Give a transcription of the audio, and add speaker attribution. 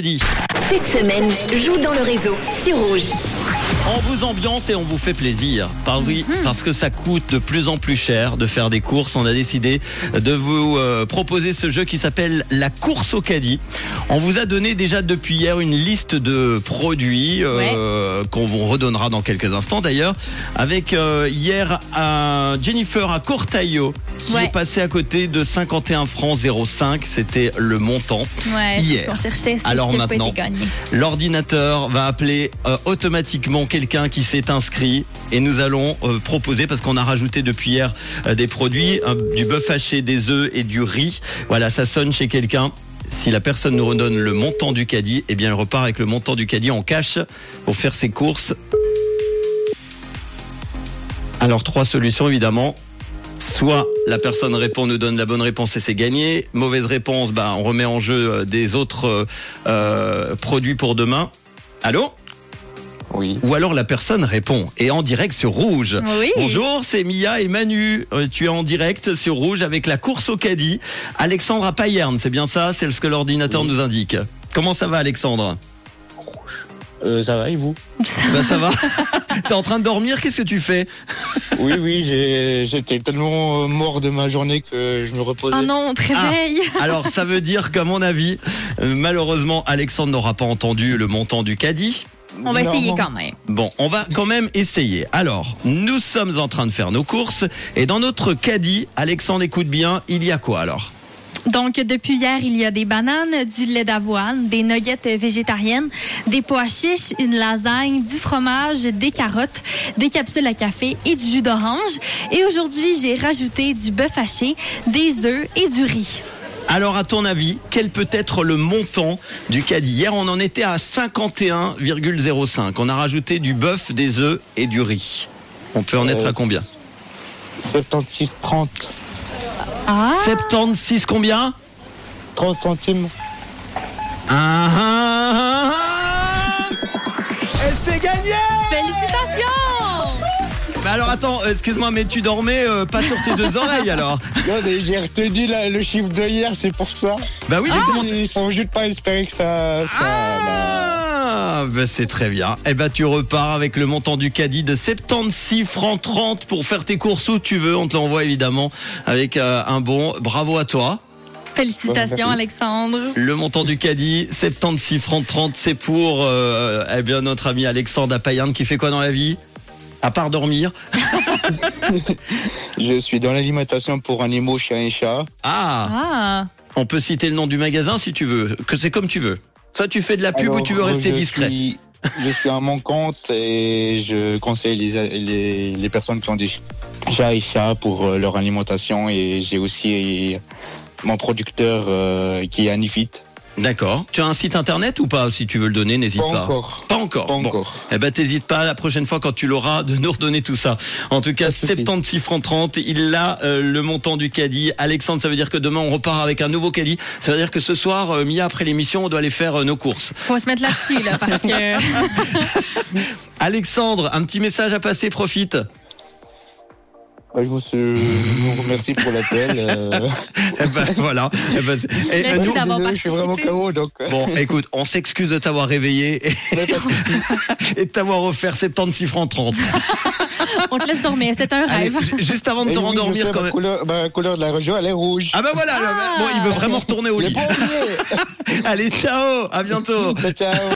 Speaker 1: Dit.
Speaker 2: Cette semaine, joue dans le réseau sur Rouge.
Speaker 1: On vous ambiance et on vous fait plaisir. Par oui, parce que ça coûte de plus en plus cher de faire des courses. On a décidé de vous euh, proposer ce jeu qui s'appelle la course au caddie. On vous a donné déjà depuis hier une liste de produits euh, qu'on vous redonnera dans quelques instants d'ailleurs. Avec euh, hier un Jennifer à Cortaillot qui
Speaker 3: Ouais.
Speaker 1: est passé à côté de 51 francs 05. C'était le montant.
Speaker 3: Ouais,
Speaker 1: Hier.
Speaker 3: Pour chercher, c'est
Speaker 1: Alors
Speaker 3: ce qui a pas
Speaker 1: maintenant.
Speaker 3: été gagné.
Speaker 1: L'ordinateur va appeler euh, automatiquement quelqu'un qui s'est inscrit et nous allons euh, proposer, parce qu'on a rajouté depuis hier euh, des produits, un- du bœuf haché, des œufs et du riz. Voilà, ça sonne chez quelqu'un. Si la personne nous redonne le montant du caddie, eh bien elle repart avec le montant du caddie en cash pour faire ses courses. Alors trois solutions évidemment. Soit la personne répond, nous donne la bonne réponse et c'est gagné. Mauvaise réponse, bah, on remet en jeu euh, des autres euh, euh, produits pour demain. Allô
Speaker 4: Oui.
Speaker 1: Ou alors la personne répond et en direct sur Rouge.
Speaker 3: Oui.
Speaker 1: Bonjour, c'est Mia et Manu. Euh, tu es en direct sur Rouge avec la course au caddie. Alexandre à Payerne, c'est bien ça C'est ce que l'ordinateur nous indique. Comment ça va Alexandre
Speaker 4: Euh, ça va et vous
Speaker 1: Bah ça va. T'es en train de dormir, qu'est-ce que tu fais
Speaker 4: Oui, oui, j'ai- j'étais tellement euh, mort de ma journée que je me reposais.
Speaker 3: Ah non, on te réveille.
Speaker 1: Alors ça veut dire qu'à mon avis, euh, malheureusement, Alexandre n'aura pas entendu le montant du caddie.
Speaker 3: On va
Speaker 4: Non,
Speaker 3: essayer
Speaker 4: non.
Speaker 3: quand même.
Speaker 1: Bon, on va quand même essayer. Alors, nous sommes en train de faire nos courses et dans notre caddie, Alexandre écoute bien, il y a quoi alors
Speaker 3: Donc, depuis hier, il y a des bananes, du lait d'avoine, des nuggets végétariennes, des pois chiches, une lasagne, du fromage, des carottes, des capsules à café et du jus d'orange. Et aujourd'hui, j'ai rajouté du bœuf haché, des œufs et du riz.
Speaker 1: Alors, à ton avis, quel peut être le montant du caddie Hier, on en était à 51,05. On a rajouté du bœuf, des œufs et du riz. On peut en être
Speaker 4: Euh, Oh.
Speaker 1: à combien
Speaker 4: 76, 30,
Speaker 3: Ah!
Speaker 1: 76 combien
Speaker 4: 30 centimes.
Speaker 1: Ah, ah, ah, ah. Et c'est gagné
Speaker 3: Félicitations!
Speaker 1: Mais alors attends, euh, excuse-moi, mais tu dormais euh, pas sur tes deux oreilles alors
Speaker 4: Non, mais j'ai retenu là, le chiffre de hier, c'est pour ça.
Speaker 1: Bah
Speaker 3: Ah
Speaker 4: Ah.
Speaker 1: oui, mais comment t-
Speaker 4: Il faut juste pas espérer que ça. ça bah,
Speaker 1: Ah, bah c'est très bien. Eh ben tu repars avec le montant du caddie de 76 francs 30 pour faire tes courses où tu veux. On te l'envoie évidemment avec euh, un bon bravo à toi.
Speaker 3: Félicitations,
Speaker 4: Merci.
Speaker 3: Alexandre.
Speaker 1: Le montant du caddie 76 francs 30, c'est pour euh, eh bien notre ami Alexandre Apayane qui fait quoi dans la vie À part dormir.
Speaker 4: Je suis dans l'alimentation pour animaux, chiens et chats.
Speaker 1: Ah,
Speaker 3: Ah!
Speaker 1: on peut citer le nom du magasin si tu veux, que c'est comme tu veux. Soit tu fais de la pub ou
Speaker 4: Alors,
Speaker 1: tu veux rester
Speaker 4: je
Speaker 1: discret.
Speaker 4: suis- je suis à mon compte et je conseille les, les, les personnes qui ont des chats et chats pour euh, leur alimentation. Et j'ai aussi mon producteur euh, qui est Anifit.
Speaker 1: D'accord. Tu as un site internet ou pas Si tu veux le donner, n'hésite
Speaker 4: Pas
Speaker 1: pas.
Speaker 4: encore.
Speaker 1: Pas encore.
Speaker 4: Pas
Speaker 1: Bon.
Speaker 4: encore.
Speaker 1: Eh ben, t'hésites pas la prochaine fois quand tu l'auras de nous redonner tout ça. En tout cas,
Speaker 4: Pas de souci.
Speaker 1: 76 francs 30. Il a euh, le montant du caddie. Alexandre, ça veut dire que demain on repart avec un nouveau caddie. Ça veut dire que ce soir, euh, Mia, après l'émission, on doit aller faire euh, nos courses.
Speaker 3: Faut se mettre là-dessus, là, parce que.
Speaker 1: Alexandre, un petit message à passer. Profite.
Speaker 4: Bah, je, vous, je vous remercie pour l'appel. euh.
Speaker 1: Eh ben, voilà. Eh ben, c'est- eh,
Speaker 3: Merci
Speaker 1: euh, nous-
Speaker 3: d'avoir
Speaker 4: Désolé, je suis vraiment
Speaker 3: participé.
Speaker 4: KO donc. euh,
Speaker 1: Bon, écoute, on s'excuse de t'avoir réveillé et,
Speaker 4: mais pas de souci.
Speaker 1: et de t'avoir offert 76 francs 30.
Speaker 3: On te laisse dormir, c'est un
Speaker 1: Allez,
Speaker 3: rêve.
Speaker 1: ju- juste avant de
Speaker 4: Et
Speaker 1: te
Speaker 4: Eh oui, je
Speaker 1: rendormir
Speaker 4: sais,
Speaker 1: quand
Speaker 4: ma
Speaker 1: même.
Speaker 4: Couleur, ma couleur de la région, elle est rouge.
Speaker 1: Ah ben voilà, le-
Speaker 3: Ah.
Speaker 1: bon, il veut vraiment retourner au
Speaker 4: Mais
Speaker 1: lit.
Speaker 4: bon,
Speaker 1: Allez, ciao, à bientôt.
Speaker 4: ouais. Ciao.